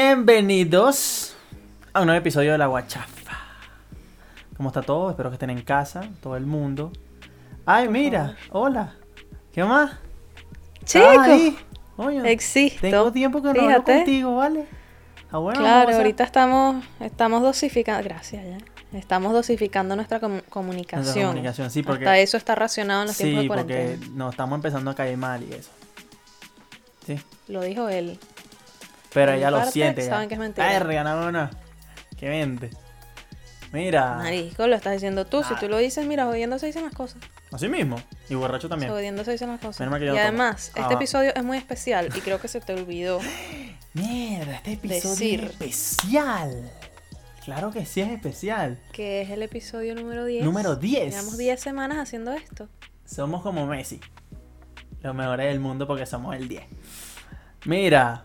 Bienvenidos a un nuevo episodio de La Guachafa. ¿Cómo está todo? Espero que estén en casa, todo el mundo. Ay, mira, hola. ¿Qué más? Chico, ¿Estabas ahí? Coño, existo. Tengo tiempo que no hablo Fíjate. contigo, ¿vale? Ah, bueno, Claro, vamos a- ahorita estamos, estamos dosificando, gracias ya. Estamos dosificando nuestra com- comunicación. Nuestra comunicación, sí, porque- Hasta eso está racionado en los tiempos Sí, de cuarentena. porque nos estamos empezando a caer mal y eso. Sí. Lo dijo él. Pero Por mi ella lo parte, siente. ya. saben que es mentira. Verga, no, no. Qué mente. Mira. Marisco, lo estás diciendo tú. Si Ah. tú lo dices, mira, jodiendo se dicen las cosas. Así mismo. Y borracho también. Jodiendo se dicen las cosas. Menos mal que yo y no tomo. Ah, además, Ajá. este episodio es muy especial y creo que se te olvidó. Mierda, este episodio Decir. es especial. Claro que sí es especial. Que es el episodio número 10. Número 10. Llevamos 10 semanas haciendo esto. Somos como Messi. Los mejores del mundo porque somos el 10. Mira,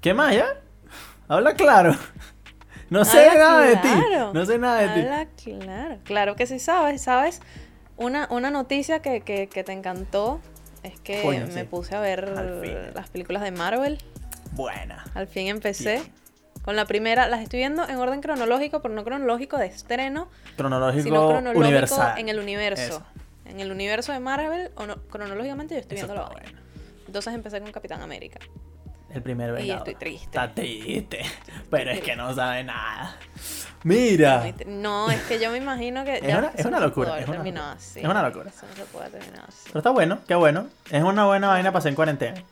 ¿qué más ya? Habla claro. No sé Habla nada de claro. ti. No sé nada de ti. Habla claro. Claro que sí sabes, ¿sabes? Una, una noticia que, que- que te encantó es que Coño, me sí. puse a ver Al fin. las películas de Marvel. Buena. Al fin empecé. Bien. Con la primera, las estoy viendo en orden cronológico, pero no cronológico de estreno, Cronológico, sino cronológico universal. en el universo. Eso. En el universo de Marvel, o no- cronológicamente yo estoy Eso viendo está la vaina. Entonces empecé con Capitán América. El primer Y vengador. estoy triste. Está triste. Pero es que no sabe nada. Mira. No, es que yo me imagino que. Ah. Es ya una- eso es una no se locura, puede es haber una terminado locura. así, Es una locura. eso no se puede haber terminado así. Pero está bueno, qué bueno. Es una buena vaina para hacer en cuarentena.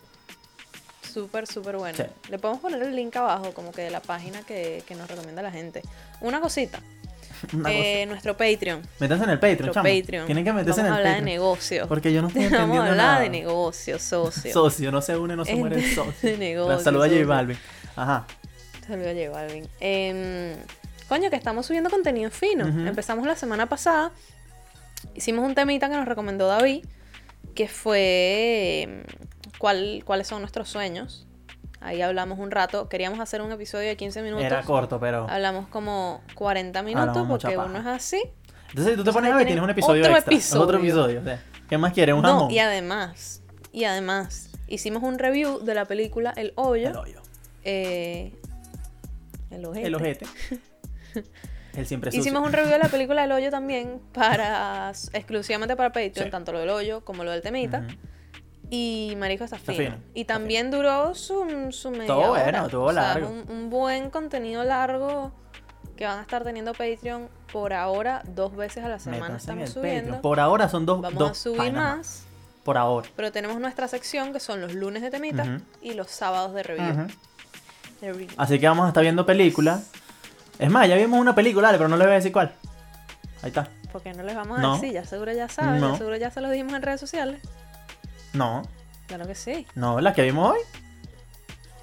Súper, súper bueno. Sí. Le podemos poner el link abajo, como que de la página que, que nos recomienda la gente. Una cosita. Una eh, Nuestro Patreon. Métanse en el Patreon, Nuestro chamo. Patreon. Tienen que meterse Vamos en el a hablar Patreon. de negocios. Porque yo no estoy Vamos entendiendo a hablar nada. de negocios, socio. Socio, no se une, no se Ent- muere el socio. de negocio, La saluda J socio. Balvin. Ajá. Se lo llevo, Alvin. Em, coño, que estamos subiendo contenido fino. Ujú. Empezamos la semana pasada. Hicimos un temita que nos recomendó David, que fue em, cuál, cuáles son nuestros sueños. Ahí hablamos un rato. Queríamos hacer un episodio de 15 minutos. Era corto, pero. Hablamos como 40 minutos Hablamos mucha porque paja. uno es así. Entonces, si tú te pones ahí a ver, tienes tienen un episodio otro extra. Es Otro episodio. episodio. o sea, ¿Qué más quieres? Un No, jamón. y además, y además, hicimos un review de la película El Hoyo. El hoyo. eh, el Ojete. El ojete. El siempre sucio. Hicimos un review de la película El Hoyo también para exclusivamente para Patreon, Sí. tanto lo del hoyo como lo del temita. Ujú. Y Marico está fino. fino, Y está también duró su, su media Estuvo hora. bueno, estuvo O sea, largo. un, un buen contenido largo que van a estar teniendo Patreon por ahora dos veces a la semana. Métanse en Estamos el subiendo. Patreon. Por ahora son dos. Vamos dos a subir vainas más. Por ahora. Pero tenemos nuestra sección que son los lunes de temita Ujú. y los sábados de review. Ujú. Ah. De review. Así que vamos a estar viendo películas. Es más, ya vimos una película, dale, pero no les voy a decir cuál. Ahí está. Porque no les vamos a No. decir, ya seguro ya saben, No. ya seguro ya se los dijimos en redes sociales. No, Claro que sí. no, la que vimos hoy.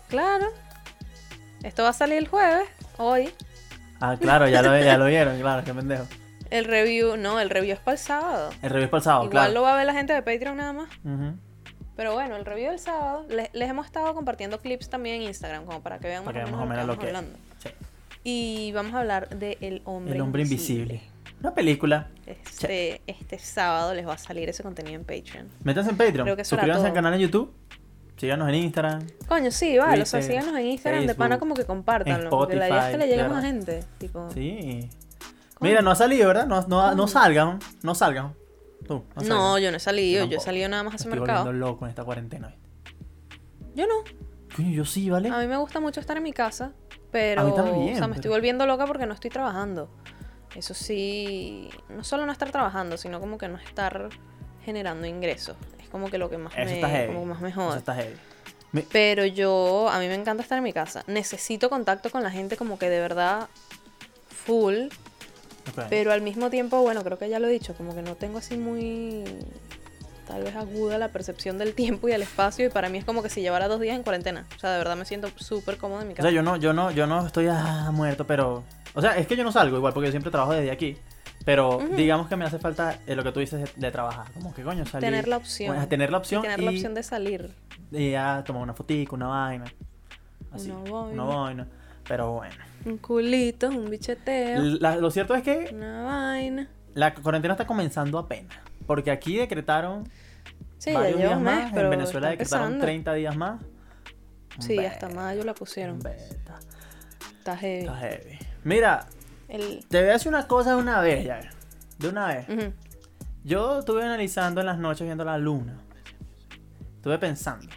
Claro. Esto va a salir el jueves, hoy. Ah, claro, ya lo, ya lo vieron, claro, qué pendejo. El review, no, el review es para el sábado. El review es para el sábado, Igual Oh, claro. lo va a ver la gente de Patreon nada más. Ujú, Pero bueno, el review del sábado. Les, les hemos estado compartiendo clips también en Instagram, como para que vean Para que más o menos lo que estamos hablando. sí. Y vamos a hablar de El Hombre, El hombre invisible. Una película. Este, este sábado les va a salir ese contenido en Patreon. Métanse en Patreon. Creo que eso era Suscríbanse todo. al canal en YouTube. Síganos en Instagram. Coño, sí, vale. O sea, Twitter, síganos en Instagram de pana Facebook, como que compártanlo. porque la idea es que le Spotify, llegue claro. más gente. Tipo, Sí. Mira, no ha salido, ¿verdad? No, no, no salgan. No salgan. Tú, no, salgan. no, yo no he Yo salido. Yo he tampoco. salido nada más a ese Me Estoy mercado. volviendo loco en esta cuarentena. ¿viste? Yo no. Coño, yo sí, ¿vale? A mí me gusta mucho estar en mi casa, pero A mí también, o sea, me pero- estoy volviendo loca porque no estoy trabajando. Eso sí, no solo no estar trabajando, sino como que no estar generando ingresos. Es como que lo que más Eso me está heavy. como que más me Eso jode. está heavy. Mi- Pero yo, a mí me encanta estar en mi casa. Necesito contacto con la gente como que de verdad full, Ok. pero al mismo tiempo, bueno, creo que ya lo he dicho, como que no tengo así muy tal vez aguda la percepción del tiempo y el espacio y para mí es como que si llevara dos días en cuarentena. O sea, de verdad me siento súper cómoda en mi O casa. sea, yo no, yo no, yo no estoy ah, muerto, pero. O sea, es que yo no salgo igual, porque yo siempre trabajo desde aquí. Pero Ujú. digamos que me hace falta eh, lo que tú dices de, de trabajar. Como que coño, salir. Tener la opción. Bueno, tener la opción. tener la opción de salir. de. Y ya tomar una fotica, una vaina. Así. Una Una vaina. vaina. Pero bueno. Un culito, un bicheteo, La- lo cierto es que una vaina. la cuarentena está comenzando apenas. Porque aquí decretaron Sí, ya varios lleva días un mes, más. pero En Venezuela está decretaron empezando. 30 días más. Sí, Ve- hasta mayo la pusieron. Beta. Está heavy. Está heavy. Mira, El... te voy a decir una cosa de una vez, ya. De una vez. Ujú. Yo estuve analizando en las noches viendo la luna. Estuve pensando.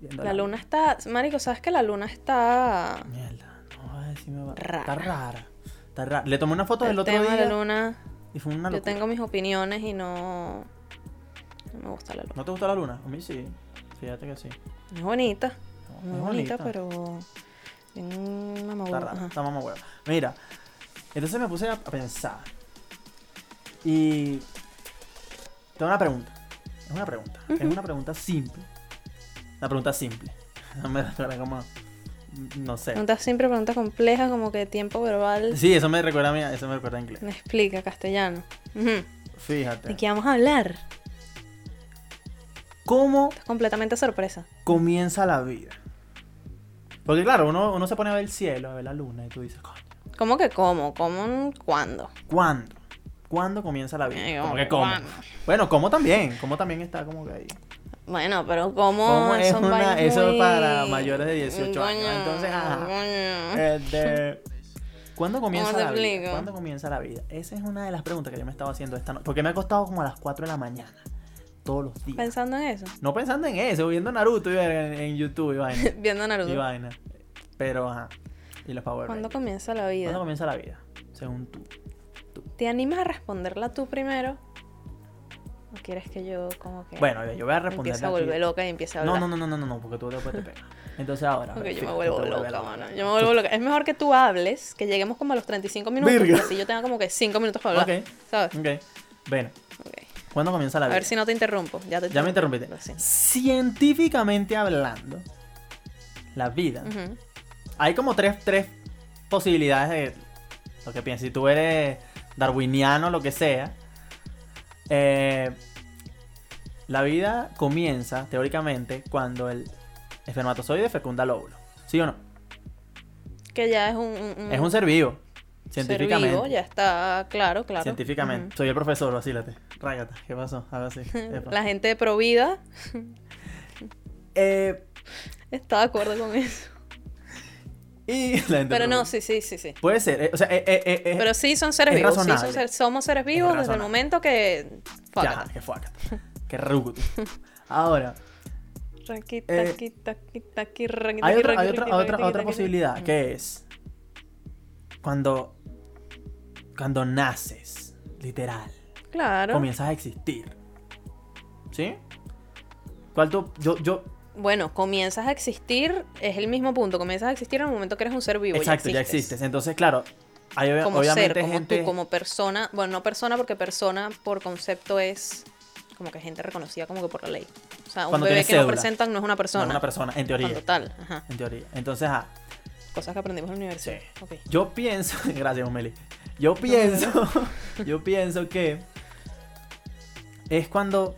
viendo La luna está... Marico, ¿sabes que la luna está... Mierda, no voy a decirme. va- Rara. Está rara. Está rara. Le tomé una foto del El otro tema de día. la luna... Y fue una Yo locura. tengo mis opiniones y no... No me gusta la luna. ¿No te gusta la luna? A mí sí. Fíjate que sí. Es bonita. No, Muy es bonita, pero... Bien Está mamahueva, rara. ajá. Está mamá hueva. Mira. Entonces me puse a a pensar. Y. Tengo una pregunta. Es una pregunta. Es una pregunta simple. Una pregunta simple. No me recuerda como. No sé. Preguntas siempre preguntas complejas como que tiempo verbal. Sí, eso me recuerda a mí, eso me recuerda a inglés. Me explica castellano. Ujú. ¿De Fíjate. qué vamos a hablar? ¿Cómo Esto es completamente sorpresa. comienza la vida? Porque claro, uno, uno se pone a ver el cielo, a ver la luna y tú dices, "Coño, ¿Cómo que cómo? ¿Cómo? ¿Cuándo? ¿cuándo? ¿Cuándo comienza la vida? Ay, Como hombre, que cómo. ¿cuándo? Bueno, cómo también, cómo también está como que ahí. Bueno, pero ¿cómo? ¿Cómo es Son una- vainas eso muy- para mayores de 18 años? Coño, Entonces, ajá. coño. Este, ¿Cuándo comienza ¿Cómo te la vida? explico? ¿Cuándo comienza la vida? Esa es una de las preguntas que yo me estaba haciendo esta noche. Porque me ha costado como a las 4 de la mañana. Todos los días. Pensando en eso. no pensando en eso, viendo Naruto y ver en, en YouTube y vaina. Viendo y Naruto. vaina. Pero, ajá. Y los Power ¿Cuándo Rangers. comienza la ¿Cuándo vida? comienza la vida? Según tú. ¿Te animas a responderla tú primero? ¿O quieres que yo como que Bueno, yo voy a responder. empiece a volver loca y empiece a No, hablar? no, no, no, no, no, no, porque tú después te pegas. Entonces ahora. a Ok, ver, yo me fíjate, vuelvo te vuelves loca, mano. Yo me vuelvo loca. Es mejor que tú hables, que lleguemos como a los 35 minutos. Virga. porque Así yo tenga como que 5 minutos para hablar. Ok. ¿Sabes? Ok. Bueno, Ok. ¿cuándo comienza la A vida? ver si no te interrumpo. Ya, te Ya me interrumpo. interrumpiste. Lo siento. Científicamente hablando, la vida. Ujú. Hay como tres, tres posibilidades de lo que piensas. Si tú eres darwiniano, lo que sea. eh, la vida comienza, teóricamente, cuando el espermatozoide fecunda el óvulo. ¿Sí o no? Que ya es un, un- un Es un ser vivo. Mm. ser Científicamente. vivo, ya está claro, claro. Científicamente. Soy el profesor, vacílate. Rágata. ¿Qué pasó? Ahora sí. Ujú. Epa. La gente de Provida Eh, está de acuerdo con eso. y la gente Pero no, pregunta. sí, sí, sí, sí. Puede ser. eh, o sea, eh, eh, eh, eh, Pero sí son seres es vivos. sí son razonable. seres- somos seres vivos desde el razonable. momento que. Ya, Fuácata. que fuácata. Que rugutu. Ahora, Raqui, Eh, taqui, taqui, taqui, raqui, hay taqui, otra, raqui, hay otra, raqui, otra, taqui, otra taqui, posibilidad taqui. que es cuando, cuando naces, literal, Mm, Claro. comienzas a existir. ¿Sí? ¿Cuál tú? Yo, yo, Bueno, comienzas a existir, es el mismo punto. Comienzas a existir en el momento que eres un ser vivo. exacto, ya existes. Entonces, claro, hay obvia- Como obviamente ser, como gente. tú, como persona. Bueno, no persona, porque persona por concepto es como que gente reconocida como que por la ley. O sea, un Cuando bebé tienes que cédula. no presentan no es una persona. no, una persona, en teoría. Cuando tal. Ajá. En teoría. Entonces, ah, Cosas que aprendimos en la universidad. Sí. Ok. yo pienso. Gracias, Omeli. Yo pienso. yo pienso que. Es cuando.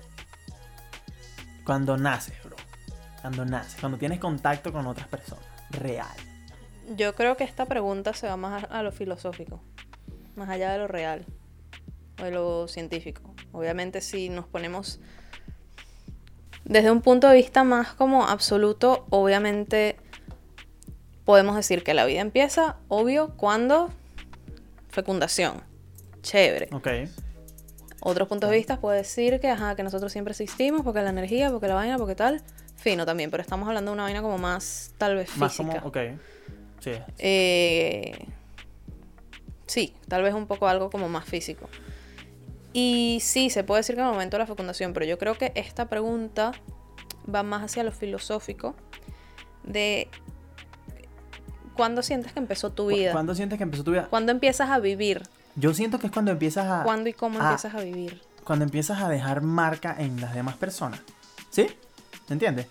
Cuando naces, bro. Cuando naces. Cuando tienes contacto con otras personas. Real. Yo creo que esta pregunta se va más a, a lo filosófico, más allá de lo real o de lo científico. Obviamente si nos ponemos desde un punto de vista más como absoluto, obviamente podemos decir que la vida empieza, obvio, cuando fecundación. Chévere. Ok. Otros puntos de vista puede decir que, ajá, que nosotros siempre existimos porque la energía, porque la vaina, porque tal. Fino también, pero estamos hablando de una vaina como más, tal vez, física. Más como. Ok. Sí. Eh, sí, tal vez un poco algo como más físico. Y sí, se puede decir que en el momento de la fecundación, pero yo creo que esta pregunta va más hacia lo filosófico de cuándo sientes que empezó tu ¿Cu- vida, cuándo, ¿Cuándo sientes que empezó tu vida? empiezas a vivir, Yo siento que es cuando empiezas a. cuándo y cómo ah. empiezas a vivir. cuando empiezas a dejar marca en las demás personas. ¿Sí? ¿Me entiendes?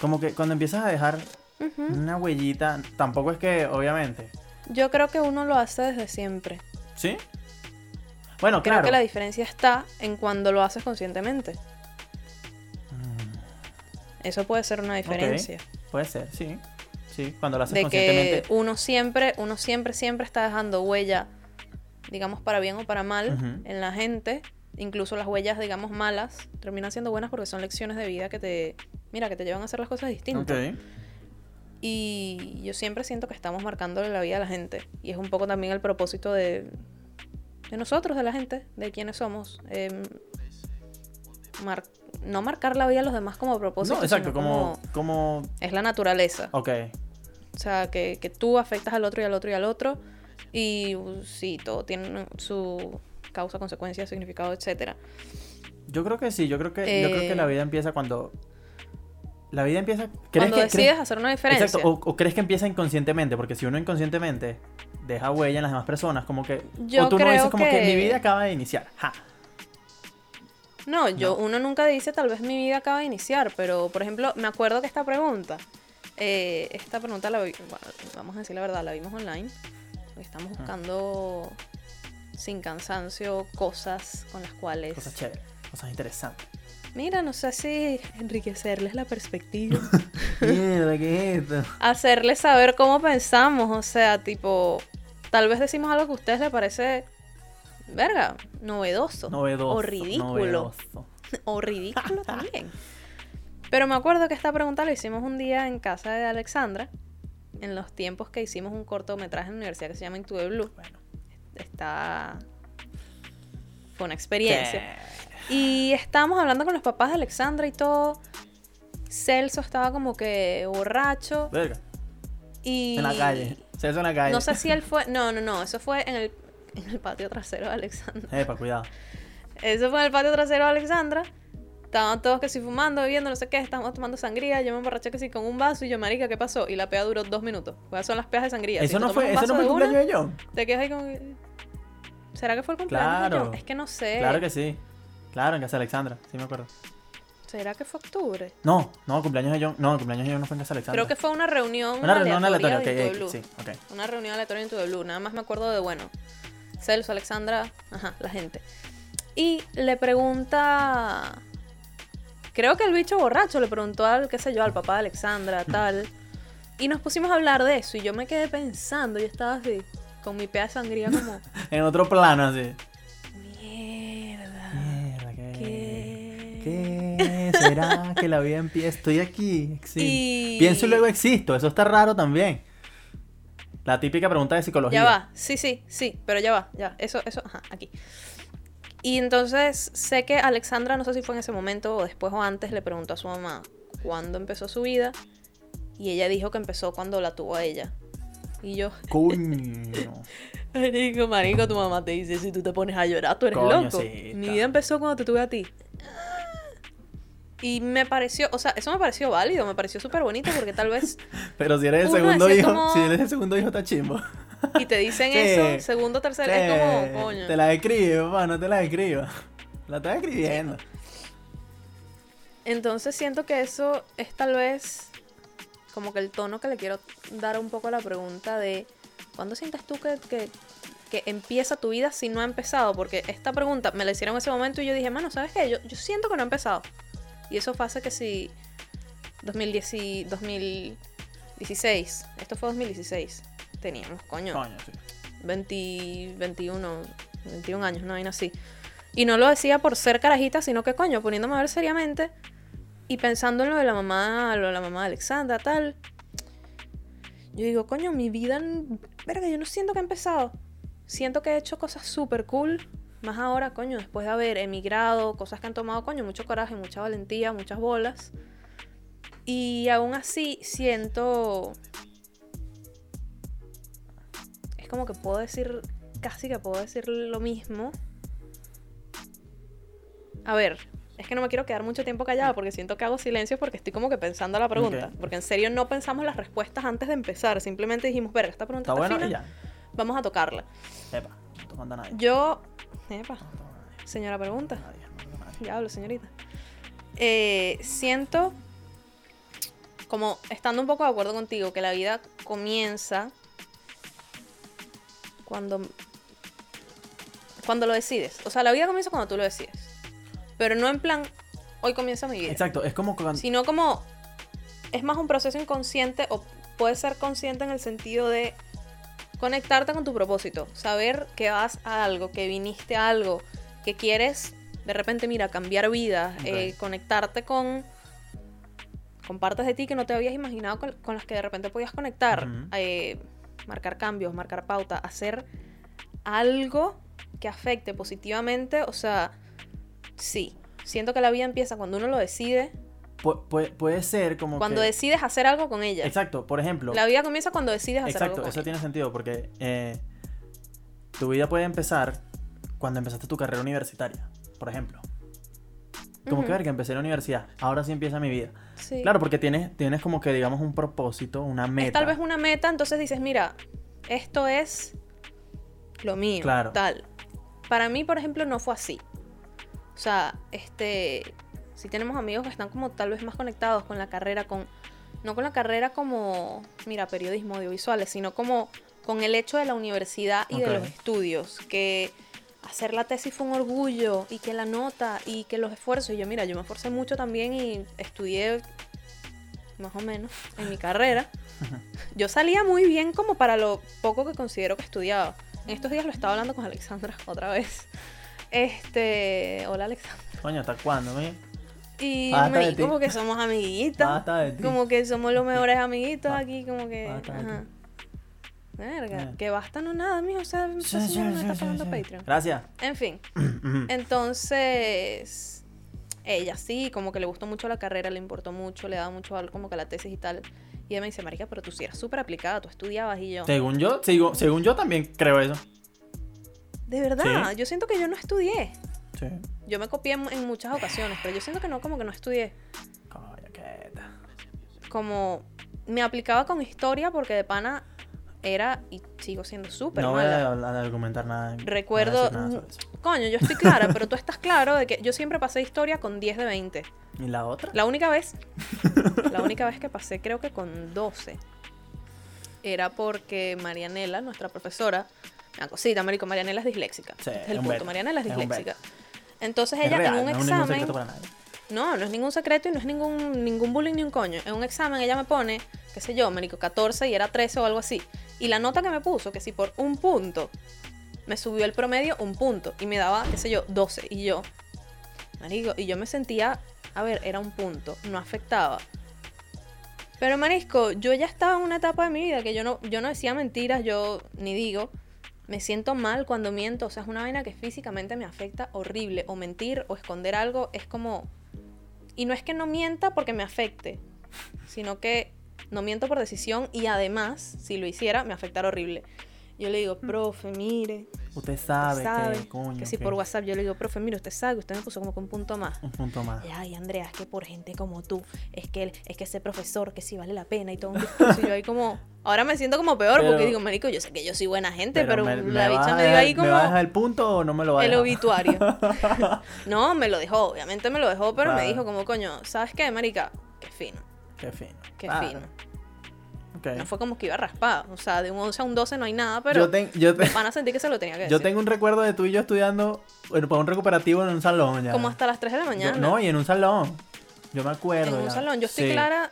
Como que cuando empiezas a dejar Ujú. una huellita, tampoco es que, obviamente. Yo creo que uno lo hace desde siempre. ¿Sí? Bueno, Creo claro. que la diferencia está en cuando lo haces conscientemente. Mm, Eso puede ser una diferencia. puede Mm, ser, sí. Sí, cuando lo haces de que conscientemente. uno siempre, uno siempre, siempre está dejando huella, digamos, para bien o para mal Ujú. en la gente. Incluso las huellas, digamos, malas terminan siendo buenas porque son lecciones de vida que te, mira, que te llevan a hacer las cosas distintas. Ok. Y yo siempre siento que estamos marcándole la vida a la gente. Y es un poco también el propósito de, de nosotros, de la gente, de quienes somos. Em, mar- no marcar la vida a los demás como propósito. No, exacto, sino como, como... Es la naturaleza. Ok, O sea, que, que tú afectas al otro y al otro y al otro. Y uh, sí, todo tiene su causa, consecuencia, significado, etcétera. yo creo que sí, yo creo que, yo creo que Eh, la vida empieza cuando... La vida empieza... Cuando que- decides hacer una diferencia. Exacto, o, o crees que empieza inconscientemente, porque si uno inconscientemente deja huella en las demás personas, como que... Yo o tú no creo dices como que... que- mi vida acaba de iniciar. Ja. No, yo, No. uno nunca dice tal vez mi vida acaba de iniciar, pero por ejemplo, me acuerdo que esta pregunta, eh, esta pregunta la vi- bueno, vamos a decir la verdad, la vimos online. porque Estamos Ah. buscando sin cansancio cosas con las cuales. Cosas chéveres, cosas interesantes. Mira, no sé si enriquecerles la perspectiva. Mierda, ¿qué es esto? hacerles saber cómo pensamos, o sea, tipo, tal vez decimos algo que a ustedes les parece, verga, novedoso, Novedoso. o ridículo, novedoso. o ridículo también. Pero me acuerdo que esta pregunta la hicimos un día en casa de Alexandra, en los tiempos que hicimos un cortometraje en la universidad que se llama Into the Blue. Bueno. Está... Fue una experiencia. Y estábamos hablando con los papás de Alexandra y todo. Celso estaba como que borracho. Verga, Y... en la calle. Se hizo en la calle. No sé si él fue. No, no, no. Eso fue en el, en el patio trasero de Alexandra. Epa, cuidado. Eso fue en el patio trasero de Alexandra. Estaban todos que sí fumando, bebiendo, no sé qué. Estábamos tomando sangría. Yo me emborraché que sí con un vaso. Y yo, marica, ¿qué pasó? Y la pea duró dos minutos. Pues son las peas de sangría. Si Eso tú no tomas fue, un eso no vaso fue el de una, cumpleaños de John. Te quedas ahí como. que, ¿Será que fue el cumpleaños de Claro. John? Es que no sé. Claro que sí. Claro, en casa de Alexandra, sí me acuerdo. ¿Será que fue octubre? No, no, cumpleaños de John. No, cumpleaños de John no fue en casa de Alexandra. Creo que fue una reunión. una reunión aleatoria, de Into the ok, Blue. ok, sí, ok. Una reunión aleatoria en Tu Blue. Nada más me acuerdo de, bueno, Celso, Alexandra, ajá, la gente. Y le pregunta. Creo que el bicho borracho le preguntó al, qué sé yo, al papá de Alexandra, tal. Y nos pusimos a hablar de eso. Y yo me quedé pensando. Yo estaba así, con mi pea de sangría, como. En otro plano, así. Mierda. Mierda, ¿qué? ¿Qué? Eh, ¿Qué? ¿Será que la vida empieza? Estoy aquí. exi- Y- Pienso y luego existo. Eso está raro también. La típica pregunta de psicología. Ya va, sí, sí, sí, pero ya va, ya, eso, eso, ajá, aquí. Y entonces sé que Alexandra, no sé si fue en ese momento o después o antes, le preguntó a su mamá cuándo empezó su vida y ella dijo que empezó cuando la tuvo a ella. Y yo, Coño. marico, marico, tu mamá te dice, si tú te pones a llorar, tú eres Coño, loco. sí, Mi está. vida empezó cuando te tuve a ti. Y me pareció, o sea, eso me pareció válido, me pareció súper bonito porque tal vez Pero si eres el Uno segundo decía hijo, como- si eres el segundo hijo está chimbo. y te dicen Sí. eso, segundo, tercero, es como, coño. Te la describe, papá, no te la describa. La estás escribiendo. Entonces siento que eso es tal vez como que el tono que le quiero dar un poco a la pregunta de ¿cuándo sientes tú que, que- que empieza tu vida si no ha empezado? Porque esta pregunta me la hicieron en ese momento y yo dije, mano, ¿sabes qué? Yo, yo siento que no ha empezado. Y eso pasa que si 2010 y- 2016, esto fue 2016, teníamos, coño, Coño, sí. 20, 21, 21 años, una vaina así. Y no lo decía por ser carajita, sino que coño, poniéndome a ver seriamente y pensando en lo de la mamá, lo de la mamá de Alexandra, tal. Yo digo, coño, mi vida, n- verga, yo no siento que he empezado. Siento que he hecho cosas súper cool. Más ahora, coño, después de haber emigrado, cosas que han tomado, coño, mucho coraje, mucha valentía, muchas bolas. Y aún así siento es como que puedo decir, casi que puedo decir lo mismo. A ver, es que no me quiero quedar mucho tiempo callada porque siento que hago silencio porque estoy como que pensando la pregunta. Ok. Porque en serio no pensamos las respuestas antes de empezar, simplemente dijimos, verga, esta pregunta Está está, bueno y fina, ya. vamos a tocarla. Epa, no te manda nadie. Yo, No epa, te manda nadie, señora pregunta. nadie, no te manda nadie. Diablo, señorita. Eh, siento, como estando un poco de acuerdo contigo, que la vida comienza cuando, cuando lo decides. O sea, la vida comienza cuando tú lo decides. Pero no en plan, hoy comienza mi vida. Exacto, es como cuando. Sino como, es más un proceso inconsciente o puedes ser consciente en el sentido de conectarte con tu propósito, saber que vas a algo, que viniste a algo, que quieres de repente, mira, cambiar vidas, Ok. eh, conectarte con, con partes de ti que no te habías imaginado con, con las que de repente podías conectar, Ujú. eh, marcar cambios, marcar pauta, hacer algo que afecte positivamente, o sea, sí, siento que la vida empieza cuando uno lo decide, Pu- pu- puede ser como cuando que... decides hacer algo con ella. Exacto, por ejemplo. La vida comienza cuando decides hacer algo Exacto, con eso ella. tiene sentido porque eh, tu vida puede empezar cuando empezaste tu carrera universitaria, por ejemplo. Como que Ujú. ver que empecé la universidad, ahora sí empieza mi vida. Sí. Claro, porque tienes, tienes como que digamos un propósito, una meta. es tal vez una meta, entonces dices, mira, esto es lo mío, Claro. tal. Para mí, por ejemplo, no fue así. O sea, este, si tenemos amigos que están como tal vez más conectados con la carrera, con no con la carrera como, mira, periodismo audiovisuales, sino como con el hecho de la universidad y Ok. de los estudios, que hacer la tesis fue un orgullo y que la nota y que los esfuerzos, y yo mira, yo me esforcé mucho también y estudié más o menos en mi carrera. Ujú. Yo salía muy bien como para lo poco que considero que estudiaba. En estos días lo estaba hablando con Alexandra otra vez. Este, hola Alexandra. Coño, ¿hasta cuándo? mi? Y Basta me de di ti. como que somos amiguitas. Basta de ti. Como que somos los mejores amiguitos Ba- aquí, como que. basta de ti. ajá. Verga, Eh. que basta no nada, mijo. O sea, Sí, esta sí, señora me sí, está sí, pagando sí. Patreon. Gracias. En fin. Ujú. Entonces, ella sí, como que le gustó mucho la carrera, le importó mucho, le daba mucho valor como que a la tesis y tal. Y ella me dice, marica, pero tú sí eras súper aplicada, tú estudiabas y yo. según yo, sigo- según yo también creo eso. De verdad, Sí. yo siento que yo no estudié. Sí. Yo me copié en, en muchas ocasiones, pero yo siento que no, como que no estudié. Coño, qué tal. Como me aplicaba con historia porque de pana era y sigo siendo súper No voy mala. a, hablar- a argumentar nada. no voy a Recuerdo- decir nada sobre eso. Coño, yo estoy clara, pero tú estás claro de que yo siempre pasé historia con 10 de 20. ¿Y la otra? La única vez, la única vez que pasé creo que con 12 era porque Marianela, nuestra profesora, una cosita, marico, Marianela es disléxica. Sí, Este es es el un punto, verga, Marianela es es un verga. disléxica. Entonces Es ella real, en un no es ningún examen, secreto para nadie. no, no es ningún secreto y no es ningún ningún bullying ni un coño. En un examen ella me pone, qué sé yo, marico, 14 y era 13 o algo así. Y la nota que me puso, que si por un punto me subió el promedio un punto y me daba, qué sé yo, 12 y yo Marico, y yo me sentía, a ver, era un punto, no afectaba. Pero marisco, yo ya estaba en una etapa de mi vida que yo no, yo no decía mentiras, yo ni digo. Me siento mal cuando miento, o sea, es una vaina que físicamente me afecta horrible. O mentir o esconder algo es como... Y no es que no mienta porque me afecte, sino que no miento por decisión y además, si lo hiciera, me afectara horrible. Yo le digo, profe, mire, Usted usted Mm. sabe, sabe que, coño. que si por WhatsApp yo le digo, profe, mire, usted sabe que usted me puso como que un punto más. Un punto más. Ay, Andrea, es que por gente como tú, es que, él- es que ese profesor que sí vale la pena y todo un discurso. Y yo ahí como. Ahora me siento como peor porque Pero- digo, marico, yo sé que yo soy buena gente, pero, la vas bicha a me dio dejar- ahí como ¿Me va a dejar el punto o no me lo va a el dejar? obituario. no, me lo dejó, obviamente me lo dejó, pero me Claro. dijo como, coño, ¿sabes qué, marica? Qué fino, Qué fino. qué Claro. fino. Ok. No fue como que iba raspado. O sea, de un 11 a un 12 no hay nada, pero yo, ten- yo, te- van a sentir que se lo tenía que decir. yo tengo un recuerdo de tú y yo estudiando bueno, para un recuperativo en un salón. Ya. Como hasta las 3 de la Yo- mañana. no, y en un salón. Yo me acuerdo. en un ya. salón. Yo estoy Sí. clara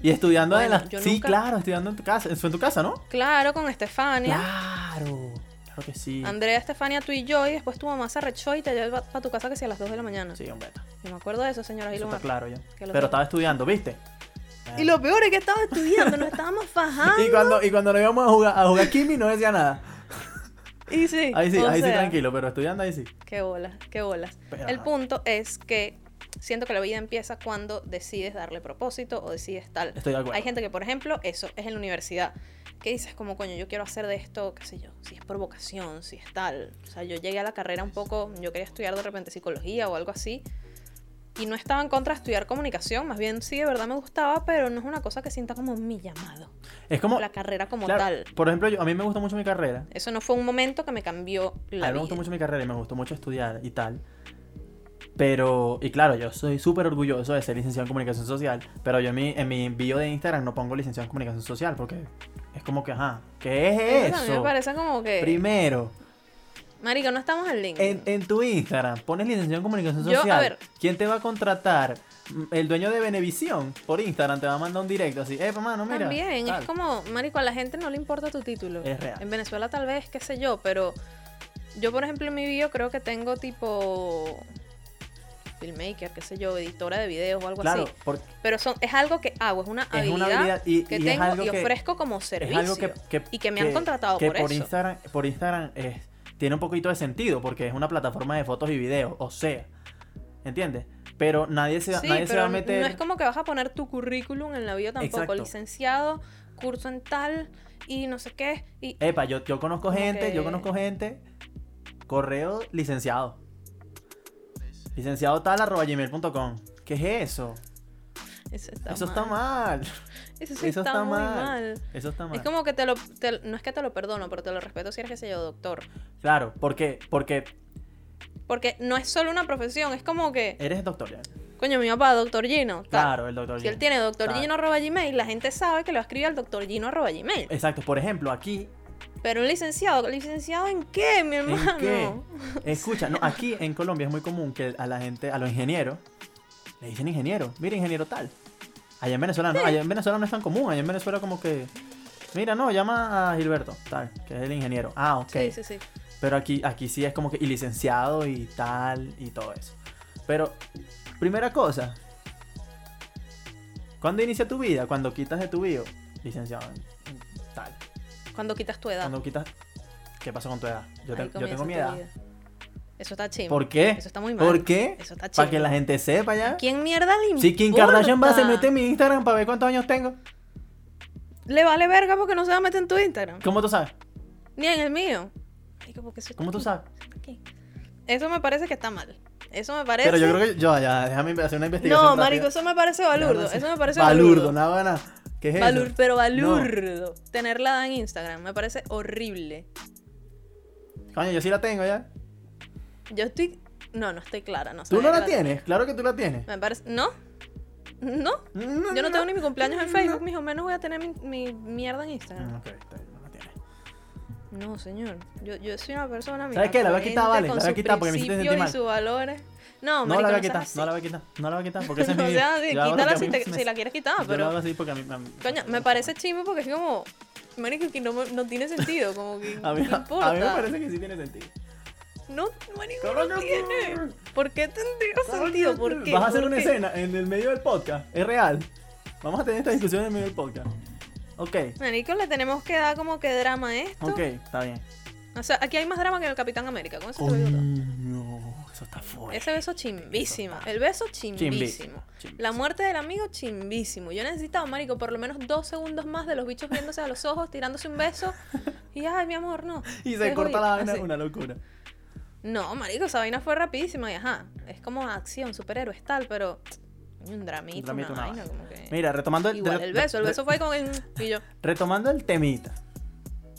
Y estudiando en Bueno, las. yo Sí, nunca- claro, estudiando en tu casa. Eso en tu casa, ¿no? Claro, con Estefania. Claro. Claro que sí. Andrea, Estefania, tú y yo, y después tu mamá se arrechó y te llevó para tu casa que si a las 2 de la mañana. Sí, hombre. Yo me acuerdo de eso, señora. Y Eso lo, está claro ya. que lo- Pero estaba estudiando, ¿viste? y lo peor es que estaba estudiando, nos estábamos fajando. Y cuando, y cuando nos íbamos a jugar, a jugar Kimi no decía nada. Y sí, Ahí sí, o ahí sí sea, tranquilo, pero estudiando ahí sí. Qué bolas, qué bolas. Pero- El punto es que siento que la vida empieza cuando decides darle propósito o decides tal. Estoy de acuerdo. Hay gente que, por ejemplo, eso es en la universidad. Que dices como, coño, yo quiero hacer de esto, qué sé yo, si es por vocación, si es tal. O sea, yo llegué a la carrera un poco, yo quería estudiar de repente psicología o algo así. Y no estaba en contra de estudiar comunicación, más bien sí, de verdad me gustaba, pero no es una cosa que sienta como mi llamado. es como, La carrera como claro, tal. por ejemplo, yo- a mí me gusta mucho mi carrera. Eso no fue un momento que me cambió la a mí me vida. gustó mucho mi carrera y me gustó mucho estudiar y tal. Pero, y claro, yo soy súper orgulloso de ser licenciado en comunicación social, pero yo en mi, en mi bio de Instagram no pongo licenciado en comunicación social porque es como que, ajá, ¿qué es Entonces, a mí me eso? parece como que... Primero, Marico, no estamos en LinkedIn. En, en tu Instagram pones licenciado en comunicación Yo, a social. ver. ¿Quién te va a contratar? Mm, El dueño de Benevisión por Instagram te va a mandar un directo así. Eh, hermano, mira. También, tal". es como, marico, a la gente no le importa tu título. Es real. En Venezuela tal vez, qué sé yo, pero yo, por ejemplo, en mi bio creo que tengo tipo filmmaker, qué sé yo, editora de videos o algo Claro, así. porque Pero son, es algo que hago, es una Es habilidad, una habilidad y- que y es tengo algo y que- ofrezco como servicio. es algo que, que- y que me han contratado que por eso. Instagram, por Instagram es- tiene un poquito de sentido porque es una plataforma de fotos y videos, o sea, ¿entiendes? Pero nadie se, Sí, nadie se pero va a meter. no es como que vas a poner tu currículum en la bio tampoco, Exacto. licenciado, curso en tal y no sé qué. Y, Epa, yo, yo conozco Como gente, que- yo conozco gente. Correo licenciado. Licenciado tal arroba gmail.com. ¿Qué es eso? eso está eso mal. está mal. Eso sí Eso está, está muy mal. mal. Eso está mal. Es como que te lo, te- No es que te lo perdono, pero te lo respeto si eres, qué sé yo, doctor. Claro, porque, porque Porque no es solo una profesión, es como que. eres doctor. ya. Coño, mi papá, doctor Gino. tal. Claro, el doctor. Si él Gino. tiene doctor Claro. Gino arroba Gmail, la gente sabe que lo escribe al doctor Gino arroba Gmail. Exacto, por ejemplo, aquí Pero un licenciado, ¿licenciado en qué, mi ¿En hermano? qué? Escucha, no, aquí en Colombia es muy común que a la gente, a los ingenieros, le dicen ingeniero. Mira, ingeniero tal. Allá en Venezuela no, allá en Venezuela no es tan común. Allá en Venezuela como que, mira, no, llama a Gilberto, tal, que es el ingeniero. Ah, ok. Sí, sí, sí. Pero aquí, aquí sí es como que y licenciado y tal y todo eso. Pero, primera cosa, ¿cuándo inicia tu vida? Cuando quitas de tu bio, licenciado, tal. Cuando quitas tu edad. Cuando quitas, ¿qué pasa con tu edad? Yo, te- ahí yo comienza tengo mi tu edad. vida. Eso está chimbo. ¿Por qué? Eso está muy mal. ¿Por qué? Eso está Para chimbo. que la gente sepa ya. ¿Quién mierda le importa? Si Kim Kardashian va a se mete en mi Instagram para ver cuántos años tengo. Le vale verga porque no se va a meter en tu Instagram. ¿Cómo tú sabes? Ni en el mío. Marico, porque eso ¿Cómo está tú aquí, sabes? está aquí. Eso me parece que está mal. Eso me parece. Pero yo creo que yo, ya, déjame hacer una investigación. No, rápida. marico, eso me parece Ya, balurdo. no sé. Eso me parece balurdo. balurdo. nada, nada. ¿Qué es eso? Balur- pero balurdo. Tener la edad en Instagram me parece horrible. Coño, yo sí la tengo ya. Yo estoy. No, no estoy clara. No ¿Tú sabía no que la tienes? Claro que tú la tienes. Me parece. ¿No? ¿No? No, Yo no tengo ni mi cumpleaños en Facebook, no. mijo. Menos voy a tener mi, mi mierda en Instagram. Mm, Ok, está bien, no la tienes. No, señor. Yo, yo soy una persona. mira, ¿Sabes qué? La voy a quitar, vale, coherente con la voy a sus quitar porque me hiciste principios sentir y sus valores. No, No la marico, voy a no seas quitar, así. no la voy a quitar, no la voy a quitar, porque ese es mi O sea, sí, yo hago lo quítala que a si, mí te- me- si la quieres quitar, Yo lo hago pero. así porque a mí... a mí- Coño, me parece chimo porque es como. Marico, que no, no tiene sentido. Como que. A mí, no importa. a mí me parece que sí tiene sentido. No, marico, Claro que no sí. tiene. ¿Por qué tendría sentido? ¿Por qué? Vas a hacer ¿Por una qué? escena en el medio del podcast. Es real. Vamos a tener esta discusión en el medio del podcast. Ok, Marico, le tenemos que dar como que drama a esto. ok, está bien. O sea, aquí hay más drama que en el Capitán América. Con eso te lo digo todo. Coño, eso está fuerte. Ese beso chimbísimo. El beso chimbísimo. Chimbísimo, chimbísimo. La muerte del amigo chimbísimo. Yo necesitaba, marico, por lo menos dos segundos más de los bichos viéndose a los ojos, tirándose un beso. Y ay, mi amor, no. Y se Te corta jodí. la vaina, Así. una locura. No, marico, esa vaina fue rapidísima y ajá. Es como acción, superhéroes, tal, pero. coño, Un dramita, Un dramita, una una vaina, vaina. como que. Mira, retomando el, Eh, Igual re- el beso, el re- beso fue como que. Y yo. Retomando el temita.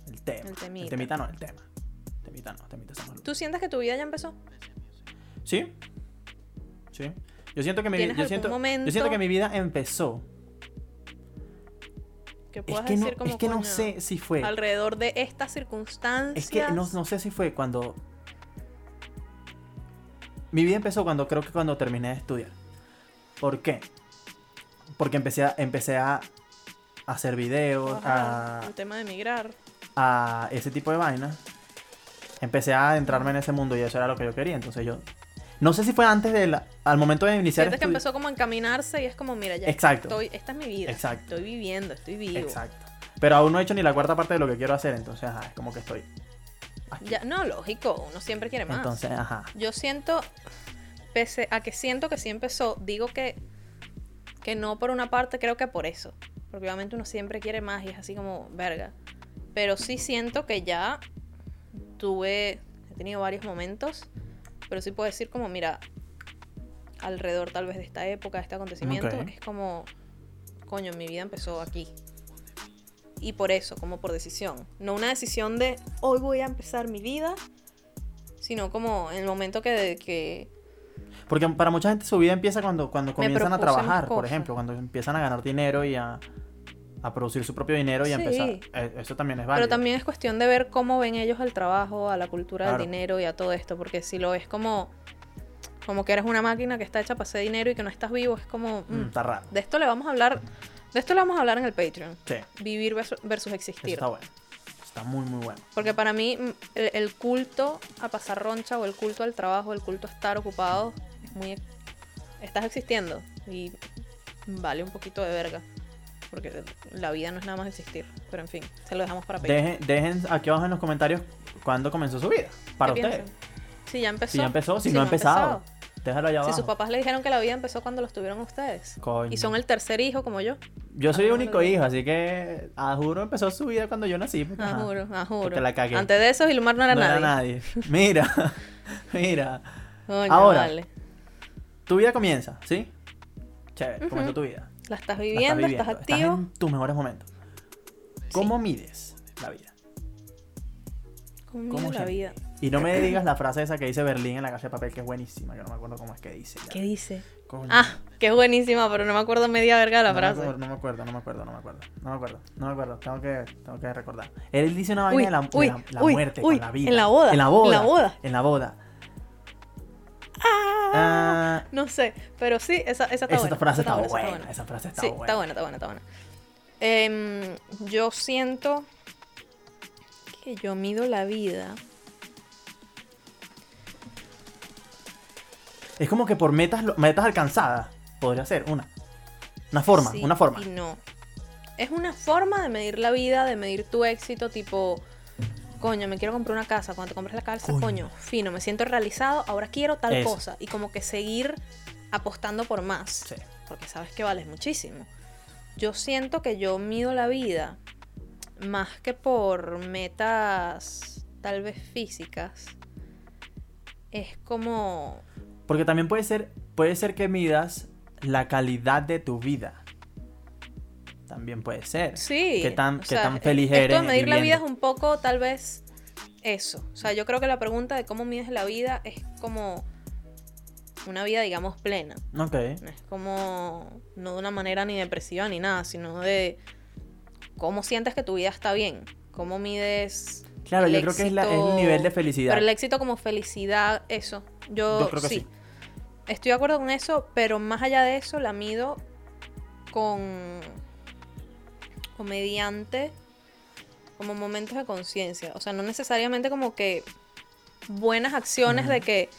El tema. El temita. no, el tema. Temita no, temita somos ¿Tú sientes que tu vida ya empezó? ¿Sí? Sí. Yo siento que mi, ¿Tienes yo algún siento, momento? yo siento que mi vida empezó. Que Es puedas que, no, decir como es que no coño, sé si fue. Alrededor de estas circunstancias. Es que no, no sé si fue cuando. Mi vida empezó cuando creo que cuando terminé de estudiar. ¿Por qué? Porque empecé a, empecé a hacer videos, Ajá, a, El tema de emigrar. a ese tipo de vainas. Empecé a adentrarme en ese mundo y eso era lo que yo quería. Entonces yo. No sé si fue antes del. Al momento de iniciar. Sientes que estudi- empezó como a encaminarse y es como, mira, ya Exacto. estoy, esta es mi vida. Exacto. Estoy viviendo, estoy vivo. Exacto. Pero aún no he hecho ni la cuarta parte de lo que quiero hacer. Entonces, ajá, es como que estoy. aquí. Ya, no, lógico, uno siempre quiere más. Entonces, ajá. Yo siento, pese a que siento que sí empezó, digo que, que no por una parte, creo que por eso. Porque obviamente uno siempre quiere más y es así como, verga. Pero sí siento que ya tuve, he tenido varios momentos, pero sí puedo decir como, mira, alrededor tal vez de esta época, de este acontecimiento, Ok. es como, coño, mi vida empezó aquí. Y por eso, como por decisión. No una decisión de hoy voy a empezar mi vida, sino como en el momento que, que Porque para mucha gente su vida empieza cuando, cuando comienzan a propuse más trabajar, por cosas. ejemplo, cuando empiezan a ganar dinero y a, a producir su propio dinero y a Sí. empezar. Eh, Eso también es válido. Pero también es cuestión de ver cómo ven ellos al trabajo, a la cultura Claro. del dinero y a todo esto, porque si lo ves como como que eres una máquina que está hecha para hacer dinero y que no estás vivo, es como Mm, mm, está raro. de esto le vamos a hablar, de esto le vamos a hablar en el Patreon, Sí, eso vivir versus, versus existir. está bueno. Está muy, muy bueno. Porque para mí mm, el, el culto a pasar roncha o el culto al trabajo, el culto a estar ocupado, es muy estás existiendo y vale un poquito de verga. Porque la vida no es nada más existir. Pero en fin, se lo dejamos para Patreon. Dejen, dejen aquí abajo en los comentarios cuándo comenzó su vida. Para ¿Qué ustedes. piensan? Si ya empezó. Si ya empezó, si no ha empezado. Déjalo allá Si abajo. sus papás le dijeron que la vida empezó cuando los tuvieron a ustedes. Coño. Y son el tercer hijo como yo. Yo soy Ah, único bueno. hijo, así que a juro empezó su vida cuando yo nací. porque, Ah, ajá, juro, ah, juro. Porque la cagué. Antes de eso, Gilmar no era no nadie. era nadie. Mira, mira. Coño, Ahora. vale. Tu vida comienza, ¿sí? Chévere, Ujú. comenzó tu vida. La estás La viviendo, estás, viviendo, activo. en tus mejores momentos. ¿Cómo mides la vida? ¿Cómo ¿Cómo la se- vida? Y no me digas la frase esa que dice Berlín en la calle de papel, que es buenísima, que no me acuerdo cómo es que dice. ya. ¿Qué dice? Coño. Ah, que es buenísima, pero no me acuerdo media verga de la no, frase. Me acuerdo, no me acuerdo, no me acuerdo, no me acuerdo. No me acuerdo, no me acuerdo. Tengo que, tengo que recordar. Él dice una vaina Uy, de la, de uy, la- la uy, muerte uy, con la vida. en la boda, En la boda. en la boda. en la boda. Ah, Ah, no sé, pero sí, esa, esa está esa buena. frase esa está, esa buena, Esa frase está sí, buena. está buena, está buena, está buena. Em, yo siento que yo mido la vida. Es como que por metas, lo- metas alcanzadas podría ser una. Una forma, Sí una forma. Y no. Es una forma de medir la vida, de medir tu éxito, tipo, coño, me quiero comprar una casa. Cuando te compras la casa, Coño. coño, fino, me siento realizado, ahora quiero tal Eso. cosa. Y como que seguir apostando por más. Sí. Porque sabes que vales muchísimo. Yo siento que yo mido la vida más que por metas tal vez físicas. Es como... Porque también puede ser, puede ser que midas la calidad de tu vida. También puede ser. Sí. Qué tan- o qué sea, eh, tan feliz esto de eres medir la vida es viviendo. un poco, tal vez, eso. O sea, yo creo que la pregunta de cómo mides la vida es como una vida, digamos, plena. Ok. No Es como, no de una manera ni depresiva ni nada, sino de cómo sientes que tu vida está bien. Cómo mides. Claro, el yo creo que es, la- es el éxito- nivel de felicidad. Pero el éxito como felicidad, eso. Yo, Yo creo que sí, sí. Estoy de acuerdo con eso, pero más allá de eso, la mido con. con mediante como momentos de conciencia. O sea, no necesariamente como que buenas acciones Ujú. de que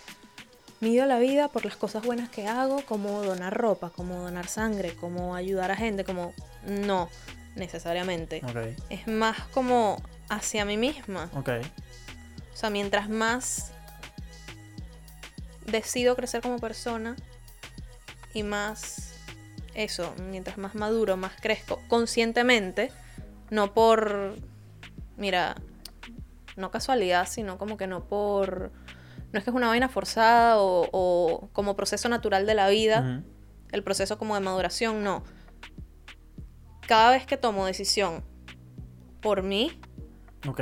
mido la vida por las cosas buenas que hago, como donar ropa, como donar sangre, como ayudar a gente, como. No, necesariamente. Ok, Es más como hacia mí misma. ok. O sea, mientras más decido crecer como persona y más eso, mientras más maduro, más crezco conscientemente, no por, mira, no casualidad, sino como que no por, no es que es una vaina forzada o, o como proceso natural de la vida, Ujú. el proceso como de maduración, no. Cada vez que tomo decisión por mí, Ok.